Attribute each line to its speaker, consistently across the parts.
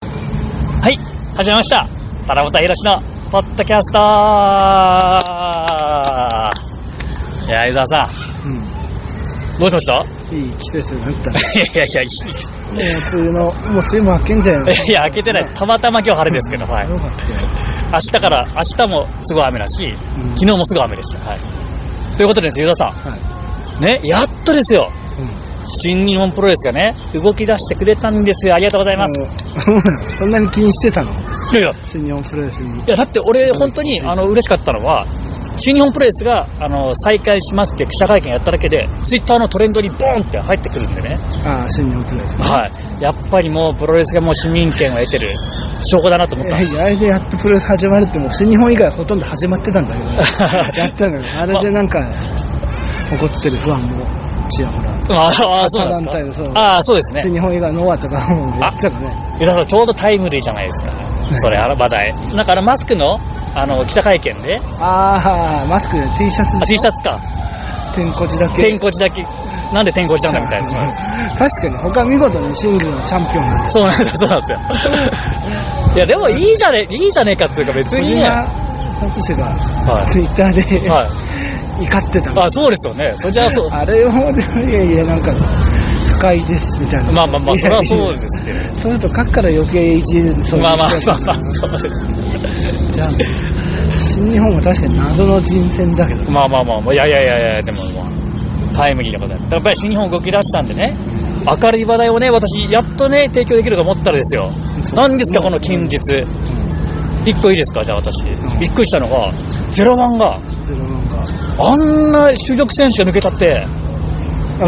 Speaker 1: はい、始めました。たらぼたひろしのポッドキャストいや、伊沢さん、
Speaker 2: う
Speaker 1: どうしました
Speaker 2: ん、いい季節になった。も
Speaker 1: いやいやい
Speaker 2: う梅雨の、もう梅雨も明け んじゃんよ。
Speaker 1: や、いや、開けてない。たまたま今日晴れですけど、はい。
Speaker 2: よかったよ。
Speaker 1: 明日から、明日もすごい雨だし、
Speaker 2: うん
Speaker 1: 昨日もすごい雨でした。はい。ということでです、ユダさ
Speaker 2: はい。
Speaker 1: ん。ね、やっとですよ。新日本プロレスがね、動き出してくれたんですよ。ありがとうございます。
Speaker 2: うん。もう、 そんなに気にしてたの
Speaker 1: いやいや、
Speaker 2: 新日本プロレスに。
Speaker 1: いやだって俺、本当に
Speaker 2: うん
Speaker 1: あの嬉しかったのは、新日本プロレスがあの再開しますって記者会見やっただけで、ツイッターのトレンドにボーンって入ってくるんでね、
Speaker 2: ああ、新日本プロレス。
Speaker 1: はい、やっぱりもうプロレスがもう市民権を得てる証拠だなと思ったん
Speaker 2: え
Speaker 1: で
Speaker 2: じゃああれでやっとプロレス始まるってもう新日本以外ほとんど始まってたんだけ ど、やったのよあれでなんか怒ってるファンもちらほら
Speaker 1: す。 ああ、そうなん
Speaker 2: 他団体
Speaker 1: で
Speaker 2: の
Speaker 1: す
Speaker 2: そう
Speaker 1: か。ああ、そうですね
Speaker 2: 新。日本以外ノアとかもうやってたのね
Speaker 1: 伊沢さん、ちょうどタイムリーじゃないですか、それ、あの話題。なんかあのマスクのあの記者会見で、
Speaker 2: ああマスクで T シャツ
Speaker 1: あ
Speaker 2: で
Speaker 1: T シャツか、
Speaker 2: 天こ地だけ
Speaker 1: 天候地だけ、なんで天候地なんだみたいな。
Speaker 2: 確かに他見事にシングルのチャンピオンなんで
Speaker 1: そうなんですよ、そう なんですよ。いや、でもいいじゃね、いいじゃねえかっていうか別
Speaker 2: 小
Speaker 1: にね。
Speaker 2: 島さとしが
Speaker 1: は
Speaker 2: ツイッターで、
Speaker 1: い。はい。
Speaker 2: 怒ってた
Speaker 1: あ、そうですよね。そりゃそう。
Speaker 2: あれもでもいやいやなんか不快ですみたいな
Speaker 1: まあまあまあ、
Speaker 2: いや
Speaker 1: それはそうですけど。
Speaker 2: そういうと書くから余計いじるそう
Speaker 1: まあまあ
Speaker 2: そう
Speaker 1: まあまあ、そうです。
Speaker 2: じゃあ新日本は確かに謎の人選だけど
Speaker 1: まあまあまあまあ、いやいやいやいや、でもまあ、タイムリーなことやった。やっぱり新日本動き出したんでね、明るい話題をね、私、やっとね、提供できると思ったらですよ。
Speaker 2: そう
Speaker 1: 何ですか、この近日。一個いいですか、じゃあ私。びっくりしたのが、ゼロワンが、
Speaker 2: ゼロなんか
Speaker 1: あんな主力選手が抜けたって、やっ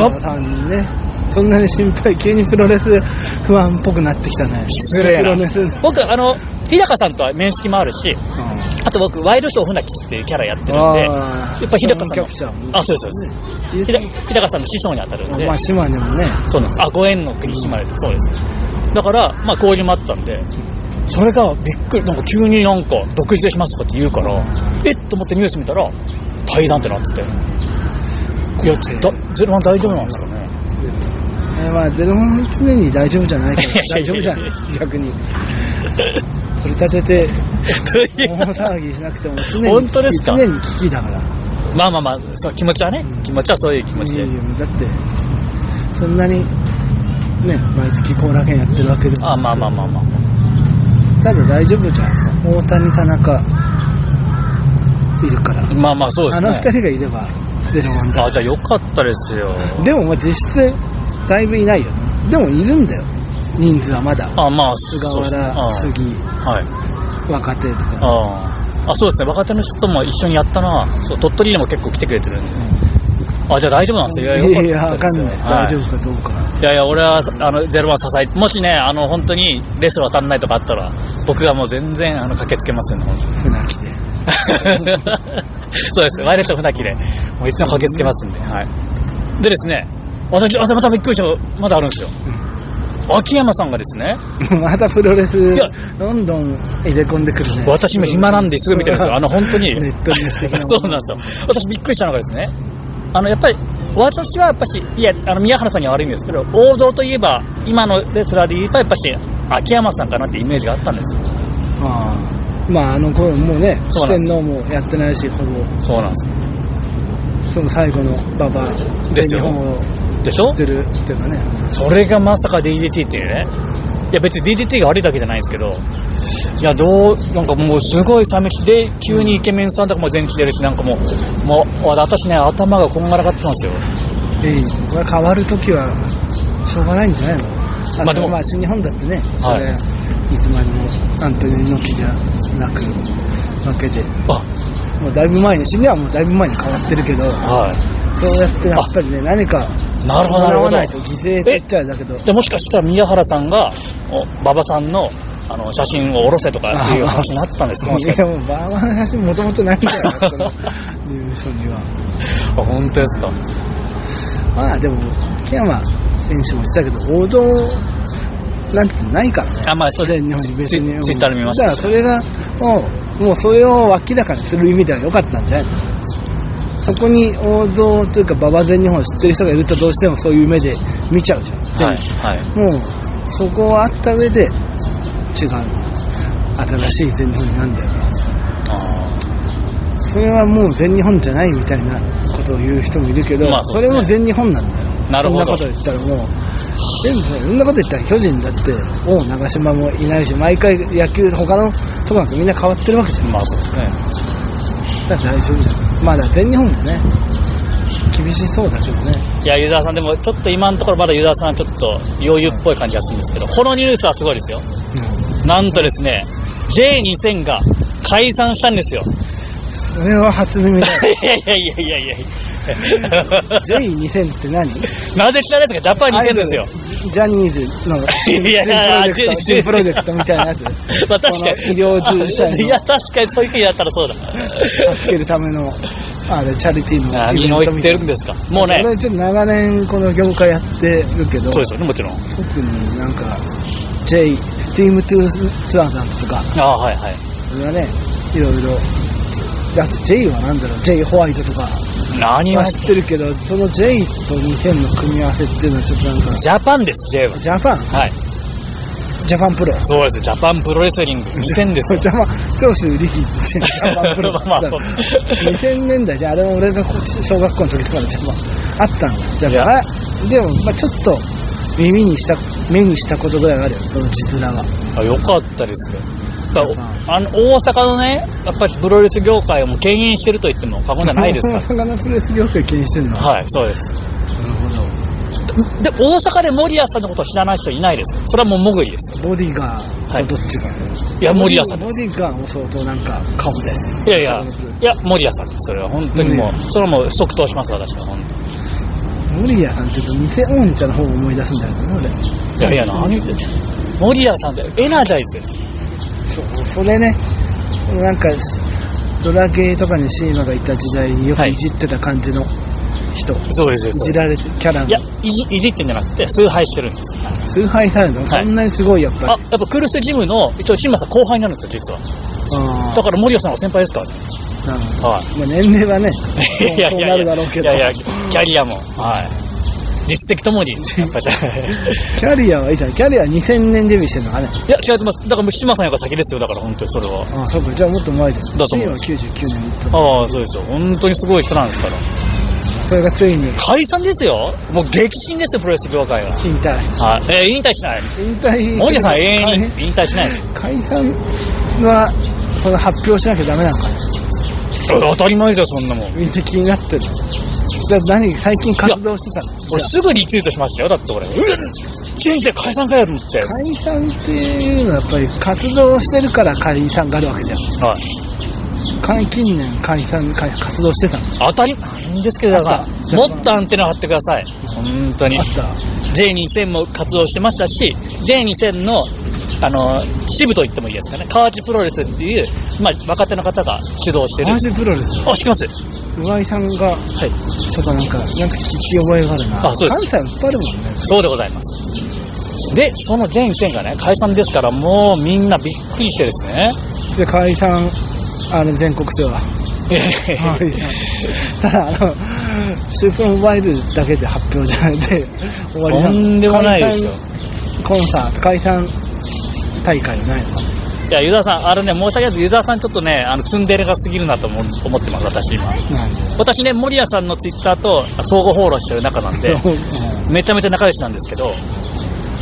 Speaker 2: 山田さんにねそんなに心配急にプロレス不安っぽくなってきたね
Speaker 1: 失礼
Speaker 2: プ
Speaker 1: な
Speaker 2: ロレス、うん、
Speaker 1: 僕、あの、日高さんとは面識もあるし、あと僕、ワイルドショー船木っていうキャラやってるんで、や
Speaker 2: あ
Speaker 1: っぱ日高
Speaker 2: キ
Speaker 1: さん
Speaker 2: ャ
Speaker 1: の
Speaker 2: プチャーも
Speaker 1: あ、そうです、そうです。
Speaker 2: 入れ
Speaker 1: ひだ日高さんの師匠に当たるんで
Speaker 2: まあ、島根もね
Speaker 1: そうなんです。あ、ご縁の国島根って、そうです。だから、まあ、交流もあったんで、それがびっくり、なんか急になんか、独立しますとかって言うから、えっと思ってニュース見たら、対談ってなってて。いや、ちょっと、ゼロワン大丈夫なんですかね。
Speaker 2: えーまあ、ゼロ本常に大丈夫じゃないから、大丈夫じゃん、逆に。取り立てて、
Speaker 1: という
Speaker 2: 大騒ぎしなくても、常に、
Speaker 1: 本当ですか
Speaker 2: 常に危機だから。い
Speaker 1: まあまあまあ、そう気持ちはね、気持ちはそういう気持ち
Speaker 2: い
Speaker 1: で
Speaker 2: よ。だって、そんなに、ね、毎月後楽園やってるわけでも。
Speaker 1: あ、まあまあまあまあ。
Speaker 2: ただ大丈夫じゃないですか。大谷、田中、いるから。
Speaker 1: まあまあ、そうで
Speaker 2: あ
Speaker 1: す
Speaker 2: の
Speaker 1: ね
Speaker 2: 二。人がいれば、ゼロ本だ。
Speaker 1: あ、じゃあよかったですよ。
Speaker 2: でも、まあ、実質、だいぶいないよね。でも、いるんだよ。人数はまだ。
Speaker 1: あ、まあ、そう
Speaker 2: 菅
Speaker 1: ですね。
Speaker 2: 原、
Speaker 1: うん
Speaker 2: 杉、
Speaker 1: はい。
Speaker 2: 若手とか。
Speaker 1: ああそうですね若手の人とも一緒にやったなそう鳥取でも結構来てくれてるんで、あじゃあ大丈夫なんですよいや
Speaker 2: いやい
Speaker 1: よ
Speaker 2: や、
Speaker 1: かっ
Speaker 2: わ
Speaker 1: た
Speaker 2: か
Speaker 1: です
Speaker 2: ん
Speaker 1: よ
Speaker 2: ない。
Speaker 1: はい
Speaker 2: 大丈夫かどうか。
Speaker 1: いやいや俺はあのゼロワン支えもしねあの本当にレスラー当たんないとかあったら僕がもう全然あの駆けつけますよね本当に
Speaker 2: 船木で。
Speaker 1: そうですワイルドショー船木でもういつでも駆けつけますんではいでですね私あまたびっくりしたまだあるんですよ、秋山さんがですね
Speaker 2: またプロレス
Speaker 1: や、
Speaker 2: どんどん入れ込んでくるね。
Speaker 1: 私今暇なんですぐ見てるんですよあの本当に
Speaker 2: ネットニュース的な
Speaker 1: そうなんですよ私びっくりしたのがですねあのやっぱり私はやっぱしいやあの宮原さんには悪いんですけど王道といえば今のレスラーで言えばやっぱし秋山さんかなってイメージがあったんですよ
Speaker 2: ああまあ、あの頃もうね、
Speaker 1: そうなんで
Speaker 2: 四
Speaker 1: す
Speaker 2: 天王もやってないし、ほぼ、
Speaker 1: そうなんですよ
Speaker 2: その最後の馬場
Speaker 1: ですよ
Speaker 2: 全日本を
Speaker 1: でしょ
Speaker 2: 出るっていうかね。
Speaker 1: それがまさか DDT っていうねいや別に DDT が悪いだけじゃないんですけどいやどうなんかもうすごい寂しいで急にイケメンさんとかも全期出るしなんかもうもう私ね頭がこんがらがってますよ
Speaker 2: ええ、これ変わるときは、しょうがないんじゃないのあ
Speaker 1: まあ
Speaker 2: ま
Speaker 1: で
Speaker 2: あ、
Speaker 1: も
Speaker 2: まあ、新日本だってね、
Speaker 1: はい
Speaker 2: それいつまでもアントニオ猪木じゃなく、わけで、
Speaker 1: あ
Speaker 2: もうだいぶ前に、新日本はもうだいぶ前に変わってるけど、
Speaker 1: はい
Speaker 2: そうやってやっぱりね、何か、
Speaker 1: なるほどなるほ
Speaker 2: わ
Speaker 1: ど
Speaker 2: ないと犠牲取っちゃうだけど、
Speaker 1: でもしかしたら宮原さんがお馬場さんのあの写真を下ろせとかっていう話になったんですかもしかし
Speaker 2: い
Speaker 1: て
Speaker 2: やもうバーバーの話もともとないんじゃないですか、この事務所には。
Speaker 1: あ本当ですか
Speaker 2: まあでも、ケンは選手も言ってたけど、王道なんてないからね。
Speaker 1: あまあそ
Speaker 2: そ
Speaker 1: れ
Speaker 2: れ日本に別
Speaker 1: ツイ
Speaker 2: に。
Speaker 1: ツイッターで見ました
Speaker 2: だからそれが、もう、もうそれを明らかにする意味では良かったんじゃないのそこに王道というか、馬場全日本を知ってる人がいるとどうしてもそういう目で見ちゃうじゃん。
Speaker 1: はいはい
Speaker 2: もう、そこはあった上で、違う。新しい全日本なんだよ
Speaker 1: あ
Speaker 2: とそれはもう全日本じゃないみたいなことを言う人もいるけど、
Speaker 1: まあ
Speaker 2: そ
Speaker 1: そうですね
Speaker 2: れも全日本なんだよ
Speaker 1: あなるほ
Speaker 2: そん
Speaker 1: ど
Speaker 2: なこと言ったらもう全部そんなこと言ったら巨人だって王長嶋もいないし毎回野球他のとかみんな変わってるわけじゃん
Speaker 1: まあそうですね
Speaker 2: だから大丈夫じゃんまあだから全日本もね厳しそうだけどね
Speaker 1: いや、ユーザーさん、でもちょっと今のところまだユーザーさんちょっと余裕っぽい感じがするんですけど、このニュースはすごいですよ。なんとですね、J2000 が解散したんですよ。
Speaker 2: それは初 耳だよ
Speaker 1: いやいやいやいやいや
Speaker 2: J2000 って何
Speaker 1: なぜ知らないですかジャパン2000ですよ。
Speaker 2: ジャニーズの新
Speaker 1: いや
Speaker 2: プロジェクト新プロジェクトみたいなやつ
Speaker 1: まあ確かに。
Speaker 2: この医療従事者へ の
Speaker 1: いや、確かにそういう風にやったら そうだ。
Speaker 2: 助けるためのあれチャリティーの
Speaker 1: 何を言ってるんですかもうね、
Speaker 2: 俺ちょっと長年この業界やってるけど
Speaker 1: そうですよね、もちろん。
Speaker 2: 特になんか J ティームトゥーツアーさんとか
Speaker 1: ああ、はいはい。
Speaker 2: それはねいろいろであと J は何だろう J ホワイトとか
Speaker 1: 何を
Speaker 2: は
Speaker 1: し
Speaker 2: 知ってるけどその J と2000の組み合わせっていうのはちょっとなんか
Speaker 1: ジャパンです、J は。
Speaker 2: ジャパン
Speaker 1: はい。
Speaker 2: ジャパンプロ
Speaker 1: そうです、ジャパンプロレスリング2000です よ。
Speaker 2: ジャパン長州力ってジャパンプロ
Speaker 1: まあ
Speaker 2: だから2000年代じゃあれも俺がこう小学校の時とかのジャパンあったんだジャ
Speaker 1: いや
Speaker 2: パンあでも、まあ、ちょっと耳にした目にしたことぐらいはあるよその字面は
Speaker 1: あよかったですね。だからあの大阪のね、やっぱりプロレス業界をもう牽引してると言っても過言じゃないですから。
Speaker 2: 魚プロレス業界気にしてんのなる
Speaker 1: はい、そうです。
Speaker 2: ほ
Speaker 1: で、大阪で森谷さんのことを知らない人いないですからそれはもうもぐりですよ。
Speaker 2: どボディガーとどっちが、
Speaker 1: いや、森谷さん
Speaker 2: ボ
Speaker 1: で
Speaker 2: ディガーも相当なんか顔で
Speaker 1: す。いやいや、いや、森谷さんです。それは本当にもう、それはもう即答します、私は。本当
Speaker 2: 森谷さんちょっと店オンちゃんの方を思い出すんだよね
Speaker 1: にいやいや、何言ってんの森谷さんってエナジャイズです。
Speaker 2: 俺そうそれねなんかドラゲーとかにシーマがいた時代によく
Speaker 1: はい
Speaker 2: いじってた感じの人、い、
Speaker 1: そうです、
Speaker 2: じられてキャラ
Speaker 1: いや
Speaker 2: が
Speaker 1: いじ、いじってんじゃなくて、崇拝してるんです。
Speaker 2: 崇拝されるの、そんなにすごいやっ
Speaker 1: あ、
Speaker 2: ぱり
Speaker 1: やっぱクルスジムの、一応、新馬さん後輩になるんですよ、実は。
Speaker 2: あ
Speaker 1: だから森谷さんは先輩ですからね。
Speaker 2: ーなるほど
Speaker 1: はい。
Speaker 2: まあ年齢はね
Speaker 1: いやい
Speaker 2: そう
Speaker 1: や
Speaker 2: ないる
Speaker 1: や
Speaker 2: だろうけ
Speaker 1: い
Speaker 2: ど
Speaker 1: やいや、キャリアも、はい。実績ともに、やっぱじゃ い
Speaker 2: キャリアはいたキャリアは2000年デビューしてるのかね
Speaker 1: や、違います。だからもう、島さんよりか先ですよ、だから本当にそれは。
Speaker 2: ああそうかじゃあもっと前じゃん
Speaker 1: だと思
Speaker 2: シ
Speaker 1: い
Speaker 2: ーマ
Speaker 1: ま
Speaker 2: は
Speaker 1: す
Speaker 2: 99年とか
Speaker 1: ああ、そうですよ。本当にすごい人なんですから。
Speaker 2: それがついに
Speaker 1: 解散ですよ。もう激震ですよ、プロレス業界は。
Speaker 2: 引退
Speaker 1: はい。えー引退しない。
Speaker 2: 引退
Speaker 1: 森田さん永遠に
Speaker 2: 解
Speaker 1: 引退しないですよ。
Speaker 2: 解散はその発表しなきゃダメなのかな
Speaker 1: 当たり前ですよ、そんなもん。
Speaker 2: みんな気になってるじゃあ何最近活動してたの
Speaker 1: 俺すぐリツイートしましたよ。だって俺、うっ人生解散かよと思って。
Speaker 2: 解散っていうのはやっぱり活動してるから解散があるわけじゃん
Speaker 1: はい。
Speaker 2: か近年解散解活動してたのあ
Speaker 1: 当たり前ですけど、だか
Speaker 2: あっ
Speaker 1: ら、
Speaker 2: た
Speaker 1: もっとアンテナ張ってください。本当に。
Speaker 2: っ
Speaker 1: J2000 も活動してましたし、J2000 の、あの、支部と言ってもいいですかね、川内プロレスっていう、まあ、若手の方が主導して
Speaker 2: た
Speaker 1: る
Speaker 2: マ。ジプロレス
Speaker 1: あ、知ってます
Speaker 2: 上井さんが
Speaker 1: はい。
Speaker 2: とかなんかなんか聞き覚えがあるな
Speaker 1: あそうです
Speaker 2: 関西いっぱいあるもんね
Speaker 1: そうでございます。で、そのJ2000 がね、解散ですから、もうみんなびっくりしてですね。
Speaker 2: で解散あの全国ツアーただあのスーパーモバイルだけで発表じゃなくて終わり
Speaker 1: と
Speaker 2: の
Speaker 1: んでもないですよ。
Speaker 2: 解散コンサート解散大会はない の
Speaker 1: いや、ユダさん、あれね、申し訳ないです。ユダさんちょっとね、あの、ツンデレが過ぎるなと思思ってます、私今。
Speaker 2: なんで
Speaker 1: 私ね、森谷さんのツイッターと相互フォローしてる仲なん で、
Speaker 2: そう
Speaker 1: めちゃめちゃ仲良しなんですけど、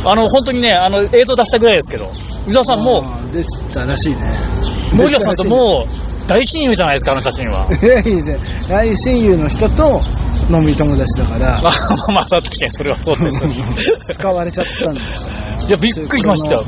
Speaker 1: あの、本当にね、あの、映像出したぐらいですけど、伊沢さんも
Speaker 2: あー出てたらしいね
Speaker 1: う、森谷さんともう、大親友じゃないですか、あの写真は。
Speaker 2: ういやいいじゃん大親友の人と飲み友達だから
Speaker 1: まあまあ、確かにそれはそうですよ。
Speaker 2: 使われちゃったんだよ
Speaker 1: いや、びっくりしました。だ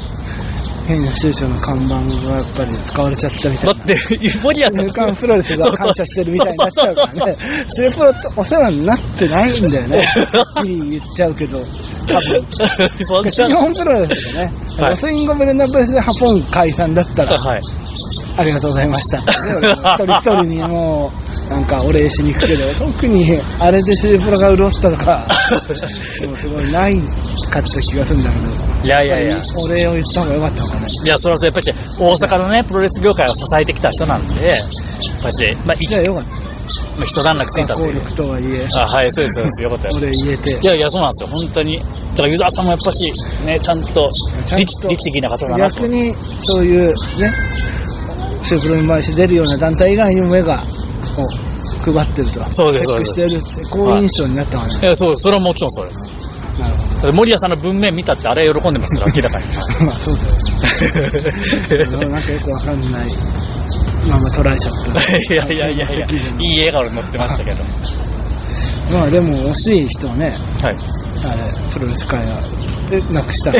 Speaker 2: 編集長の看板がやっぱり使われちゃったみたいな
Speaker 1: って、森谷さん
Speaker 2: 週刊プロレスが感謝してるみたいになっちゃうからね。週プロってお世話になってないん だよね。はっきり言っちゃうけど。
Speaker 1: そうそうそうそ
Speaker 2: 新
Speaker 1: ん
Speaker 2: 日
Speaker 1: な
Speaker 2: 本プロレスでね、
Speaker 1: はい
Speaker 2: ロスインゴメルナブレスでハポン解散だったら、
Speaker 1: はい。
Speaker 2: ありがとうございま したってね。俺も一人一人にもう、なんかお礼しに行くけど、 特にあれで週プロが潤ったとか、でもすごいないかった気がするんだけど。
Speaker 1: いやいやいや。
Speaker 2: お礼を言った方が良かったのかね。
Speaker 1: いや、それはやっぱり、大阪のね、プロレス業界を支えてきた人なんで、やっぱし、まあ、い
Speaker 2: じゃあよかった。
Speaker 1: まあ一段落ついたと
Speaker 2: 学校
Speaker 1: いう。
Speaker 2: 力とはいえ、
Speaker 1: あはい、そうです、そうです。よかったよ。
Speaker 2: 俺言えて
Speaker 1: い。やいや、そうなんですよ。本当に。だから、ユーザーさんもやっぱし、ね、ちゃんと
Speaker 2: ちゃ、んと
Speaker 1: 律律儀な方だなと
Speaker 2: 逆。にそういうねシェプロに毎週出るような団体以外にも目がこう配ってると
Speaker 1: そうですそうです
Speaker 2: チェックしてるって好印象になったわね、
Speaker 1: いや、そう、それはもちろんそうです。
Speaker 2: なるほ
Speaker 1: だって森谷さんの文面見たって、あれ喜んでます から、明らかに。
Speaker 2: ど まあそうだよねでもなんかよくわかんないまあまあ捉えちゃ
Speaker 1: い
Speaker 2: っ
Speaker 1: やいやいやいや、いい笑顔で乗ってましたけど。
Speaker 2: たまあでも惜しい人はね
Speaker 1: はい。
Speaker 2: あれプロレス界はえな くしたの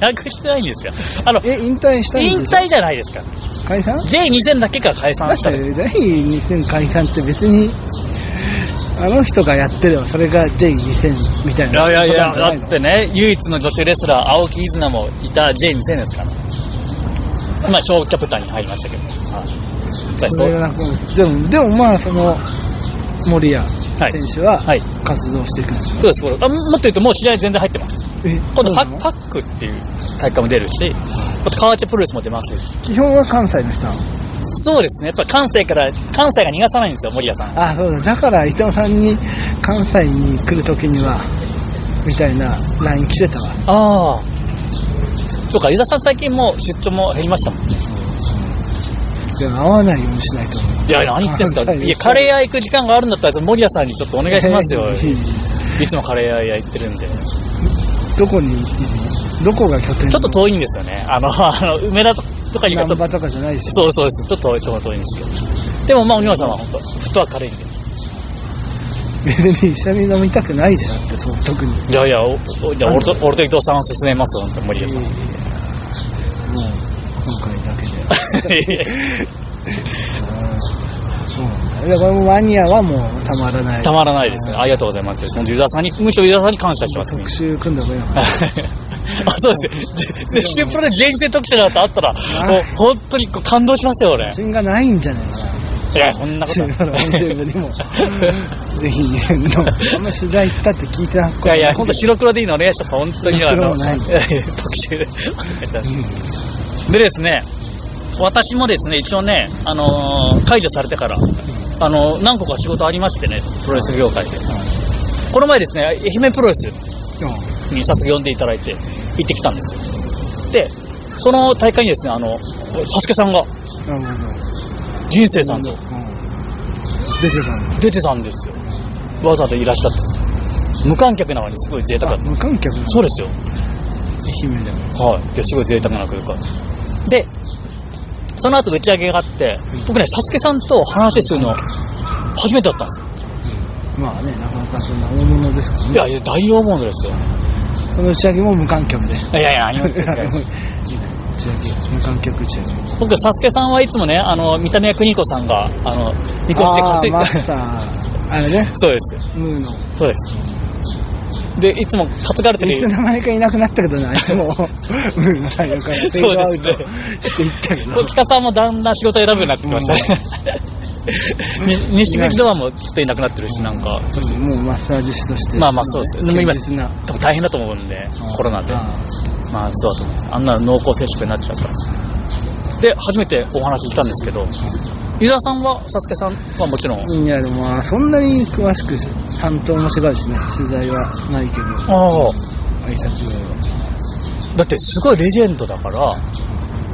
Speaker 1: なくしてないんですよ。あの、
Speaker 2: え引退したんでし
Speaker 1: 引
Speaker 2: ょ
Speaker 1: 退じゃないですか。
Speaker 2: 解散
Speaker 1: J2000 だけから解
Speaker 2: だ
Speaker 1: 散
Speaker 2: っ
Speaker 1: した
Speaker 2: て
Speaker 1: の
Speaker 2: 2000解散って別にあの人がやってればそれが J2000 みたい
Speaker 1: い
Speaker 2: な
Speaker 1: やいやい
Speaker 2: ことな
Speaker 1: や、
Speaker 2: んじゃ
Speaker 1: だ
Speaker 2: ないの
Speaker 1: ってね、唯一の女子レスラー、青木絆もいた J2000 ですから。まあ、小キャプターに入りましたけど。はいだから
Speaker 2: そ
Speaker 1: そう
Speaker 2: れがこうでもでもまあその森谷
Speaker 1: はい
Speaker 2: 選手は
Speaker 1: はい
Speaker 2: 活動していくんでしょ、
Speaker 1: そうです、これ。あもっと言うと、もう試合全然入ってます。
Speaker 2: え
Speaker 1: 今度
Speaker 2: そう
Speaker 1: パ
Speaker 2: な
Speaker 1: ッ、
Speaker 2: の
Speaker 1: パックっていう大会も出るし、あと川手プロレスも出ますし。
Speaker 2: 基本は関西の人なの
Speaker 1: そうですね、やっぱ関西から、関西が逃がさないんですよ、森谷さん。
Speaker 2: あそうだだから伊藤さんに関西に来る時にはみたいな LINE 来てたわ
Speaker 1: ああ。そうか、湯田さん最近もう出張も減りましたもんね。
Speaker 2: じゃあ会わないようにしないと
Speaker 1: いや、 何言ってんす
Speaker 2: あ
Speaker 1: か。
Speaker 2: はい
Speaker 1: いや、カレー屋行く時間があるんだったら、森谷さんにちょっとお願いします よ。
Speaker 2: いいいい
Speaker 1: いつもカレー屋行ってるんで。ち
Speaker 2: どこにいるのどこが拠点
Speaker 1: ょっと遠いんですよね。あの、 あの梅田とかに
Speaker 2: ナ
Speaker 1: は
Speaker 2: ン
Speaker 1: ちょっと、
Speaker 2: バとかじゃないでしょ
Speaker 1: そうそうです。ちょっと遠いとこ遠いんですけど。でも、まあ、お兄さんは本当、フットワーク軽いんで。
Speaker 2: 別に一緒に飲みたくないじゃんってそう特に
Speaker 1: いやいや、おおいや俺と、俺と伊藤さんは勧めますよ、本当に森谷さん。
Speaker 2: もう今回だけでそうなんだだからもうマニアはもうたまらな い
Speaker 1: たまらないですね。ありがとうございます。本当、ユーザーさんに、むしろユーザーさんに感謝してます、ね
Speaker 2: 特。集組んだ方がいいのかな
Speaker 1: あ、そうですね。で、シュプロで全然特集なんかあったら、もう本当にこう感動しますよ、俺。
Speaker 2: 写真がないんじゃないか
Speaker 1: いや、そんな
Speaker 2: な
Speaker 1: こと
Speaker 2: 週
Speaker 1: は
Speaker 2: の編集部に もぜひね あんま取材行ったって聞いてなく
Speaker 1: いやいや、本当白黒でいいのお願いします。本当に。あ
Speaker 2: 白
Speaker 1: の
Speaker 2: 黒ない
Speaker 1: いやいや特集で。でですね、私もですね、一応ね、あのー解除されてから、あのー何個か仕事ありましてね、プロレス業界で。この前ですね、愛媛プロレスに早速呼んでいただいて、行ってきたんですよ。で、その大会にですね、あの、サスケさんが、
Speaker 2: なるほ
Speaker 1: 人生さんと
Speaker 2: ど、うん出てたんだ
Speaker 1: 出てたんですよわざわざいらっしゃって無観客なのにすごい贅沢だ
Speaker 2: あ
Speaker 1: った
Speaker 2: 無観客の
Speaker 1: そうですよ
Speaker 2: 愛媛でも
Speaker 1: はいですごい贅沢な空間でその後打ち上げがあって僕ねサスケさんと話するの初めてだったんですよ
Speaker 2: まあねなかなかそんな大物ですから
Speaker 1: い
Speaker 2: ね
Speaker 1: やいや大大物ですよ
Speaker 2: その打ち上げも無観客で
Speaker 1: いやいや何も言ってない
Speaker 2: 打
Speaker 1: です
Speaker 2: ち上げ無観客打ち上げ
Speaker 1: 僕サスケさんはいつもねあの三谷邦子さんがあのみこしで
Speaker 2: あー
Speaker 1: 担
Speaker 2: マ
Speaker 1: い
Speaker 2: スターあれね
Speaker 1: そうです
Speaker 2: ムーの
Speaker 1: そうですでいつも担がれて
Speaker 2: いつ
Speaker 1: る
Speaker 2: の間にかいなくなったけどねあいつもムーの太陽からフェードアウト
Speaker 1: そうで
Speaker 2: していったけど
Speaker 1: 北さんもだんだん仕事選ぶようになってきましたね。に 西口ドアもちょっといなくなってるし、なんか、
Speaker 2: もうマッサージ師として
Speaker 1: まあまあそうです
Speaker 2: ね
Speaker 1: でも今
Speaker 2: 堅実な
Speaker 1: 多分大変だと思うんで、コロナで。
Speaker 2: あ
Speaker 1: まあそうだと思います。あんな濃厚接触になっちゃうから。で、初めてお話ししたんですけど、湯沢さんは、さつけさんはもちろん、
Speaker 2: あいやでもまあそんなに詳しく担当もしてないしね取材はないけど
Speaker 1: ああ、
Speaker 2: 挨拶は
Speaker 1: だってすごいレジェンドだから、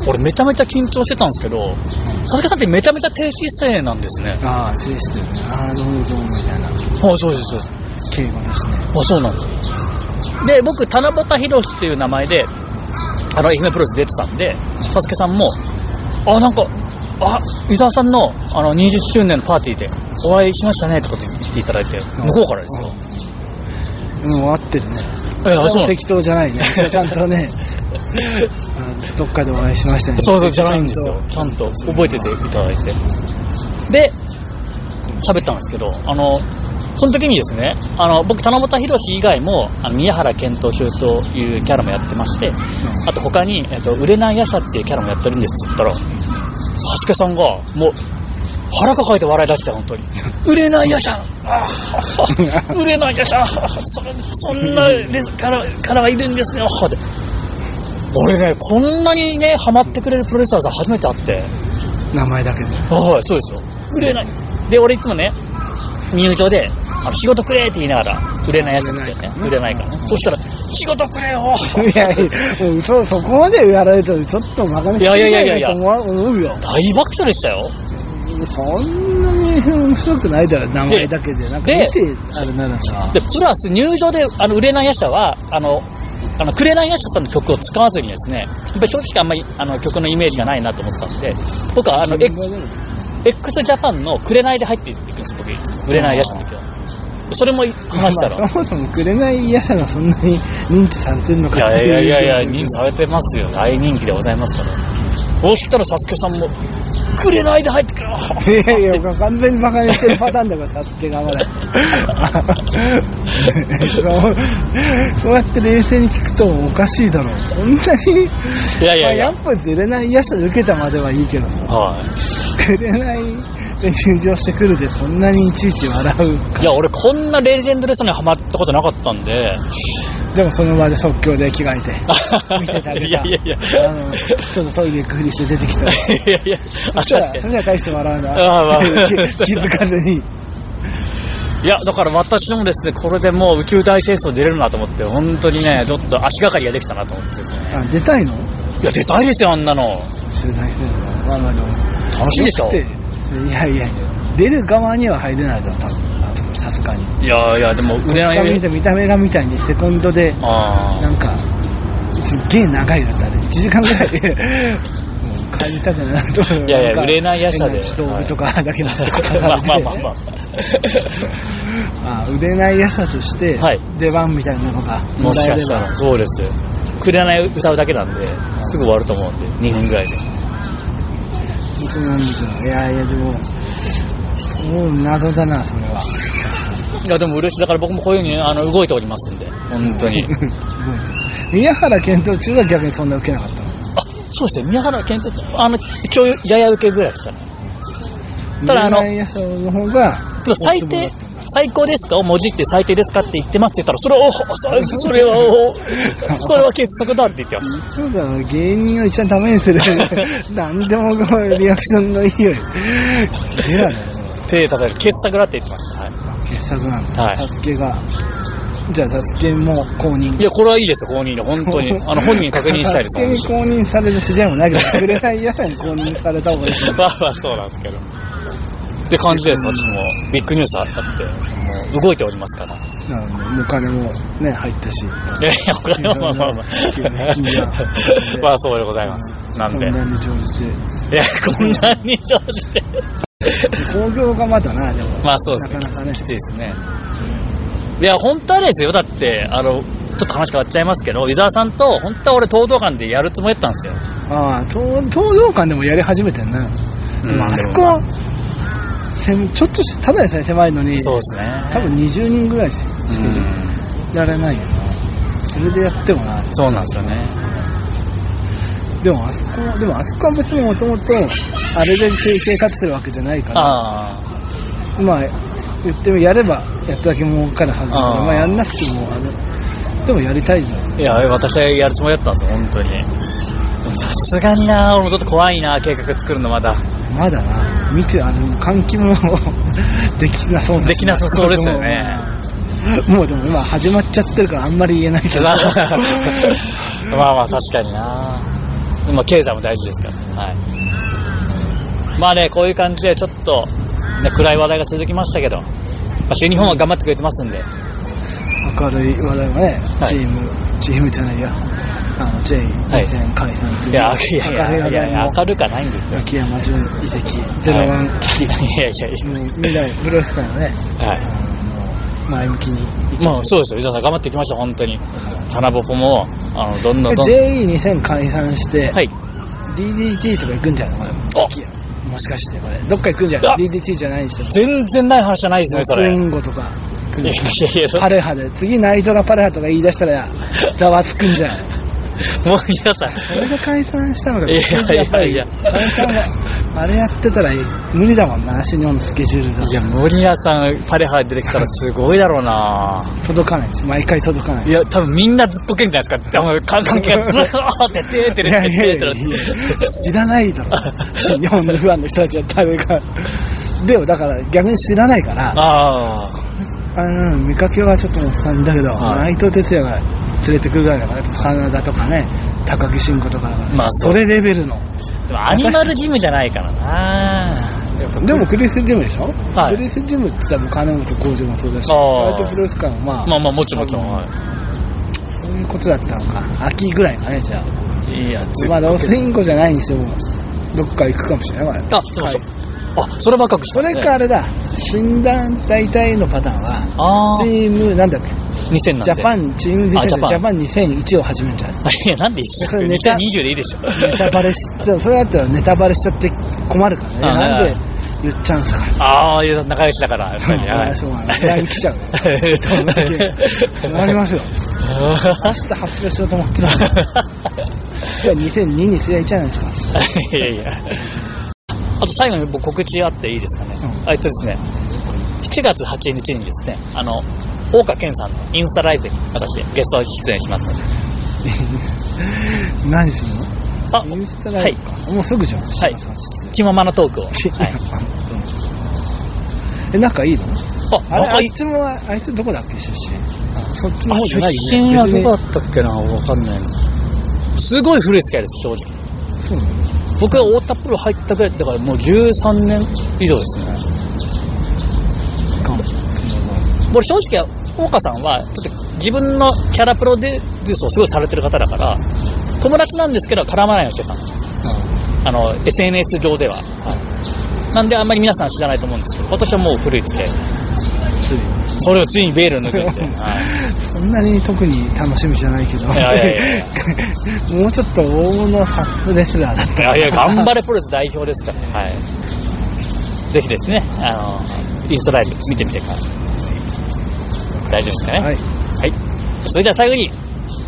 Speaker 1: 俺めちゃめちゃ緊張してたんですけど、さつけさんってめちゃめちゃ低姿勢なんですね。
Speaker 2: ああ注意してるねああどうもどうもみたいな
Speaker 1: ああ、そうです、そうです。
Speaker 2: 敬語ですね
Speaker 1: あそうなんですよで僕七夕ひろしっていう名前であの愛媛プロレス出てたんでサスケさんもあなんかあ伊沢さんのあの20周年のパーティーでお会いしましたねとかって言っていただいて向こうからですよ、
Speaker 2: もう合ってるね
Speaker 1: えあそうなん
Speaker 2: 適当じゃないねちゃん とねあのどっかでお会いしましたね
Speaker 1: そうそうじゃないんですよちゃんと覚えてていただいてで喋ったんですけどあのその時にですねあの僕七夕ひろし以外もあの宮原健闘中というキャラもやってましてあと他に、えっと、売れない夜叉っていうキャラもやってるんですって言ったら、サスケさんが、もう、腹抱えて笑い出して、本当に。売れない夜叉 ああ売れない夜叉そそんなレスキャラキャラがいるんですね。あで俺ね、こんなにね、ハマってくれるプロレスラーさん初めて会って。
Speaker 2: 名前だけで
Speaker 1: はい、そうですよ。売れない。で、俺いつもね、入場で、あの仕事くれって言いながら、売れないやつだったよね。売
Speaker 2: 売
Speaker 1: れ
Speaker 2: れ
Speaker 1: な
Speaker 2: ないい
Speaker 1: か
Speaker 2: からら
Speaker 1: ね
Speaker 2: ね。
Speaker 1: そしたら、仕事くれよ
Speaker 2: いやいや、もうそ、そこまでやられたらちょっと馬鹿にして
Speaker 1: いやいやいやいや
Speaker 2: と思わ思うよ。
Speaker 1: 大爆笑でしたよ。
Speaker 2: そんなに面白くないだろ、名前だけで。なんか
Speaker 1: で
Speaker 2: 見て、あれならさ。
Speaker 1: で、プラス入場で、あの、売れない夜叉は、あの、あの、くれない夜叉さんの曲を使わずにですね、やっぱり正直あんまり、あの、曲のイメージがないなと思ってたんで、僕はあの、
Speaker 2: 現場で
Speaker 1: x ジャパンのくれないで入っていくんです、僕いつも。売れない夜叉の時は。それも話したら、
Speaker 2: まあそもそもくれない野さがそんなに認知されてるの
Speaker 1: い
Speaker 2: かって
Speaker 1: や
Speaker 2: い。
Speaker 1: いうやいやい や、人気されてますよ。大人気でございますから。そうしたら、サスケさんも、くれないで入って くれよ
Speaker 2: いやいや、僕は完全に馬鹿にしてるパターンだから、サスケがまだ。そうそうやって冷静に聞くとおかしいだろう。そんなに、
Speaker 1: いやいや
Speaker 2: まあ、
Speaker 1: いや
Speaker 2: や、っぱずれない野手受けたまではいいけどさ、
Speaker 1: は
Speaker 2: くれないで入場してくるで、そんなにいちいち笑う
Speaker 1: い。いや、俺、こんなレジェンドレスにハマったことなかったんで、
Speaker 2: か。でもその場で即興で着替えて、見ててあげた。
Speaker 1: いやいやいや
Speaker 2: あの、ちょっとトイレ行くふりして出てきた ら。
Speaker 1: いやいや、あ、
Speaker 2: そしたら、
Speaker 1: 確
Speaker 2: そ
Speaker 1: か に。
Speaker 2: したら大して笑うな。
Speaker 1: ああまあ
Speaker 2: 気気づかずに。
Speaker 1: いや、だから私もですね、これでもう宇宙大戦争出れるなと思って、本当にね、ちょっと足がかりができたなと思ってですね。
Speaker 2: あ、出たいの
Speaker 1: いや、出たいですよ、あんなの。
Speaker 2: 集大成まあまあでも
Speaker 1: 楽しいでしょ。
Speaker 2: よくていやいや出る側には入れないだろ多分さすがに
Speaker 1: いやいや、でも、売れな
Speaker 2: 他見
Speaker 1: い。
Speaker 2: て見た目がみたいにセコンドで
Speaker 1: あ
Speaker 2: なんかすっげえ長いだったあれ1時間ぐ らいもう帰りたくなると思う
Speaker 1: いやいや
Speaker 2: んか
Speaker 1: 売れない夜叉で
Speaker 2: 変な道具とかだけだ
Speaker 1: あ。 まあまあまあまあ。
Speaker 2: まあ売れない夜叉として
Speaker 1: はい
Speaker 2: 出番みたいなのが
Speaker 1: も
Speaker 2: も
Speaker 1: し
Speaker 2: らえ
Speaker 1: か
Speaker 2: れ
Speaker 1: した
Speaker 2: ば
Speaker 1: ら。そうです。くれない歌うだけなんで、すぐ終わると思うんで、2分ぐらいで。
Speaker 2: そうなんですよいやいやでももう謎だなそれはい
Speaker 1: や、でも嬉しい。だから僕もこういうふうにあの動いておりますんで、本当に。あ、
Speaker 2: 宮原健人中は逆にそんな受けなかったの
Speaker 1: そうですね。宮原健人って、あの、今日、やや受けぐらいでしたね。ただあの
Speaker 2: 売れない夜叉の方が
Speaker 1: てか最低、最高ですかをもじって最低ですかって言ってますって言ったら、それを、おそれそれは、おそれは傑作だって言ってます。
Speaker 2: そうだな、芸人を一番ダメにする。 何でもこうリアクションのいいよ。出ないの
Speaker 1: 手叩いて、傑作だって言ってました。はい、
Speaker 2: 傑作なん
Speaker 1: は
Speaker 2: だ。
Speaker 1: い
Speaker 2: サスケが。じゃあサスケも公認。
Speaker 1: いや、これはいいですよ、公認で。本当に。あの、本人に確認したい です、
Speaker 2: サ
Speaker 1: 本
Speaker 2: スケに公認される筋合いもないけど、触れないやさに公認された方がいい。
Speaker 1: 当 に。まあまあ、そうなんですけど。って感じです、私も。ビッグニュースあって、もう動いておりますから。
Speaker 2: なるほどお金もね、入ったし。
Speaker 1: いやいや、お金はまあまあまあ
Speaker 2: いやいや。
Speaker 1: まあ、そうでございます。なん
Speaker 2: こん
Speaker 1: で。い
Speaker 2: なに乗じて。
Speaker 1: や、こんなに乗じて。
Speaker 2: 工業がまだな、でも。
Speaker 1: まあそうですね。
Speaker 2: なかなかね
Speaker 1: きついですね。いや、本当はあれですよ。だって、あの、ちょっと話変わっちゃいますけど、湯沢さんと、本当は俺、東道館でやるつもりだったんですよ。
Speaker 2: ああ、東東洋館でもやり始めてんな。でもあそこは、せんちょっとし、ただでさえ狭いのに。
Speaker 1: そうですね。
Speaker 2: 多分20人ぐらいしし
Speaker 1: うん
Speaker 2: やれないよなそれでやってもな
Speaker 1: そうなんですよね。
Speaker 2: でもあそこでもあそこは別にもともとあれで生活するわけじゃないから
Speaker 1: あ
Speaker 2: まあ言ってもやればやっただけ儲かるはずだか
Speaker 1: あ
Speaker 2: ら
Speaker 1: ー
Speaker 2: まあやんなくてもあれでもやりたいじゃん
Speaker 1: あ。いや、私はやるつもりだったんですよ、本当に。でもさすがにな、俺もちょっと怖いな、計画作るのまだ。
Speaker 2: まだな見てあの換気も できなそうだし
Speaker 1: できなさそうですよね。
Speaker 2: もうでも今始まっちゃってるからあんまり言えないけど
Speaker 1: まあまあ、確かにな。まあ、経済も大事ですからね。はい。まあね、こういう感じで、ちょっと、ね、暗い話題が続きましたけど、まあ、新日本は頑張ってくれてますんで、
Speaker 2: 明るい話題はね、
Speaker 1: はい
Speaker 2: チーム、チームじゃないや、あの、J
Speaker 1: はい
Speaker 2: 以前解散という、
Speaker 1: いや、いやい
Speaker 2: 明
Speaker 1: や、
Speaker 2: る
Speaker 1: い
Speaker 2: い話
Speaker 1: やい
Speaker 2: 題
Speaker 1: や
Speaker 2: も、
Speaker 1: 明るくはないんですよ。
Speaker 2: 秋山純移籍、ゼロワン、
Speaker 1: いやいやい
Speaker 2: もう未来、プロレス界のね、
Speaker 1: や、は
Speaker 2: 前向きに。
Speaker 1: い。もうそうですよ、伊沢さん頑張ってきました、本当に。タナボポも、あの、どんどんどんどん。
Speaker 2: JE2000 解散して、
Speaker 1: はい。
Speaker 2: DDT とか行くんじゃないの
Speaker 1: あ
Speaker 2: これ。もしかしてこれ。どっか行くんじゃない ?DDT じゃないにしても。
Speaker 1: 全然ない話じゃないですね、そ
Speaker 2: ス
Speaker 1: れ。い
Speaker 2: イ
Speaker 1: やい
Speaker 2: ンゴとか、
Speaker 1: やいや、
Speaker 2: パレハで、次ナイトがパレハとか言い出したら、ざわつくんじゃない
Speaker 1: もう皆さん、
Speaker 2: それが解散したのが、
Speaker 1: いやいやいやいや
Speaker 2: 解散が、あれやってたら無理だもんな、新日本のスケジュールが
Speaker 1: いや、森谷さん、パレハ出てきたらすごいだろうな
Speaker 2: 届かないし、毎回届かない。
Speaker 1: いや、多分みんなずっこけんじゃないですか。多分関係がずーって出てるって出てる。
Speaker 2: 知らないだろ、新日本のファンの人たちは誰が。でもだから逆に知らないから、
Speaker 1: あ
Speaker 2: あの見かけはちょっとおっさんだけど、
Speaker 1: はい
Speaker 2: 内藤哲也が連れてくるぐらいだから、真田とかね、高木慎吾とかだから、
Speaker 1: まあそ
Speaker 2: そうれレベルの。
Speaker 1: あ。でもアニマルジムじゃないからな。
Speaker 2: でもクリス・ジムでしょ、
Speaker 1: はい
Speaker 2: クリス・ジムって言ったらもう金本浩二もそうだし、
Speaker 1: あー
Speaker 2: ワイトプロレス界もまあ、
Speaker 1: まあまあ、もちろんもちろん。は
Speaker 2: そういうことだったのか。秋ぐらいかね、じゃあ。
Speaker 1: いいや、
Speaker 2: まあ、ロスインゴじゃないにしても、どっか行くかもしれない、これ
Speaker 1: あ、でもそ、あ、そればっかり
Speaker 2: それかあれだ、診断大体のパターンは、
Speaker 1: あ
Speaker 2: チ
Speaker 1: あ、
Speaker 2: ーム、なんだっけ、
Speaker 1: 2000なんで。
Speaker 2: ジャパン、チーム
Speaker 1: あ
Speaker 2: 2000
Speaker 1: ジ
Speaker 2: ジ
Speaker 1: ャパン
Speaker 2: ャパン2001を始めるんじゃない
Speaker 1: いや、なんで一緒
Speaker 2: それネタ
Speaker 1: ?2020 でいいでしょ。
Speaker 2: ネタバレし、でもそれだったらネタバレしちゃって困るからね。
Speaker 1: ああ
Speaker 2: なんで言っちゃうんすか。
Speaker 1: ああ、いや仲良しだから、やっぱりね。はい
Speaker 2: しょうがない。LINE 来ちゃう。なりますよ。明日発表しようと 思ってた。じゃあ2002に試合いっちゃうんですか。
Speaker 1: いやいや。あと最後に僕告知あっていいですかね。あえっとですね、7月8日にですね、あの、大岡健さんのインスタライブに私、ゲスト出演しますので。
Speaker 2: 何する
Speaker 1: あ、
Speaker 2: のインスタライブか。もうすぐじゃん。
Speaker 1: い気ままなトークを。はい。
Speaker 2: え、仲いいの
Speaker 1: あ、
Speaker 2: あれ、
Speaker 1: は
Speaker 2: あ
Speaker 1: い
Speaker 2: いつも、あいつどこだっけ出身。あそっちの
Speaker 1: あ
Speaker 2: 方じゃない
Speaker 1: 出身は
Speaker 2: 別
Speaker 1: ど
Speaker 2: に
Speaker 1: こだったっけなわかんないな。すごい古い付き合いです、正直。
Speaker 2: そうなの
Speaker 1: 僕は太田プロ入ったぐらいだからもう13年以上ですね
Speaker 2: かも。
Speaker 1: 俺正直岡さんはちょっと自分のキャラプロデュースをすごいされてる方だから友達なんですけど絡まないようにしてたんですよあの SNS 上では、はい、なんであんまり皆さん知らないと思うんですけど私はもう古い付き合いで
Speaker 2: つい
Speaker 1: それをついにベールを脱ぐ って、はい
Speaker 2: そんなに特に楽しみじゃないけど、
Speaker 1: いやいやいやい
Speaker 2: もうちょっと大物サップレスラーだった
Speaker 1: いやいや頑張れプロレス代表ですから、はい、ぜひですねあのインスタライブ見てみてください大丈夫ですかね
Speaker 2: はい、
Speaker 1: はい。それでは最後に、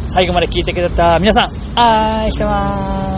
Speaker 1: 最後まで聞いてくれた皆さん、愛してます。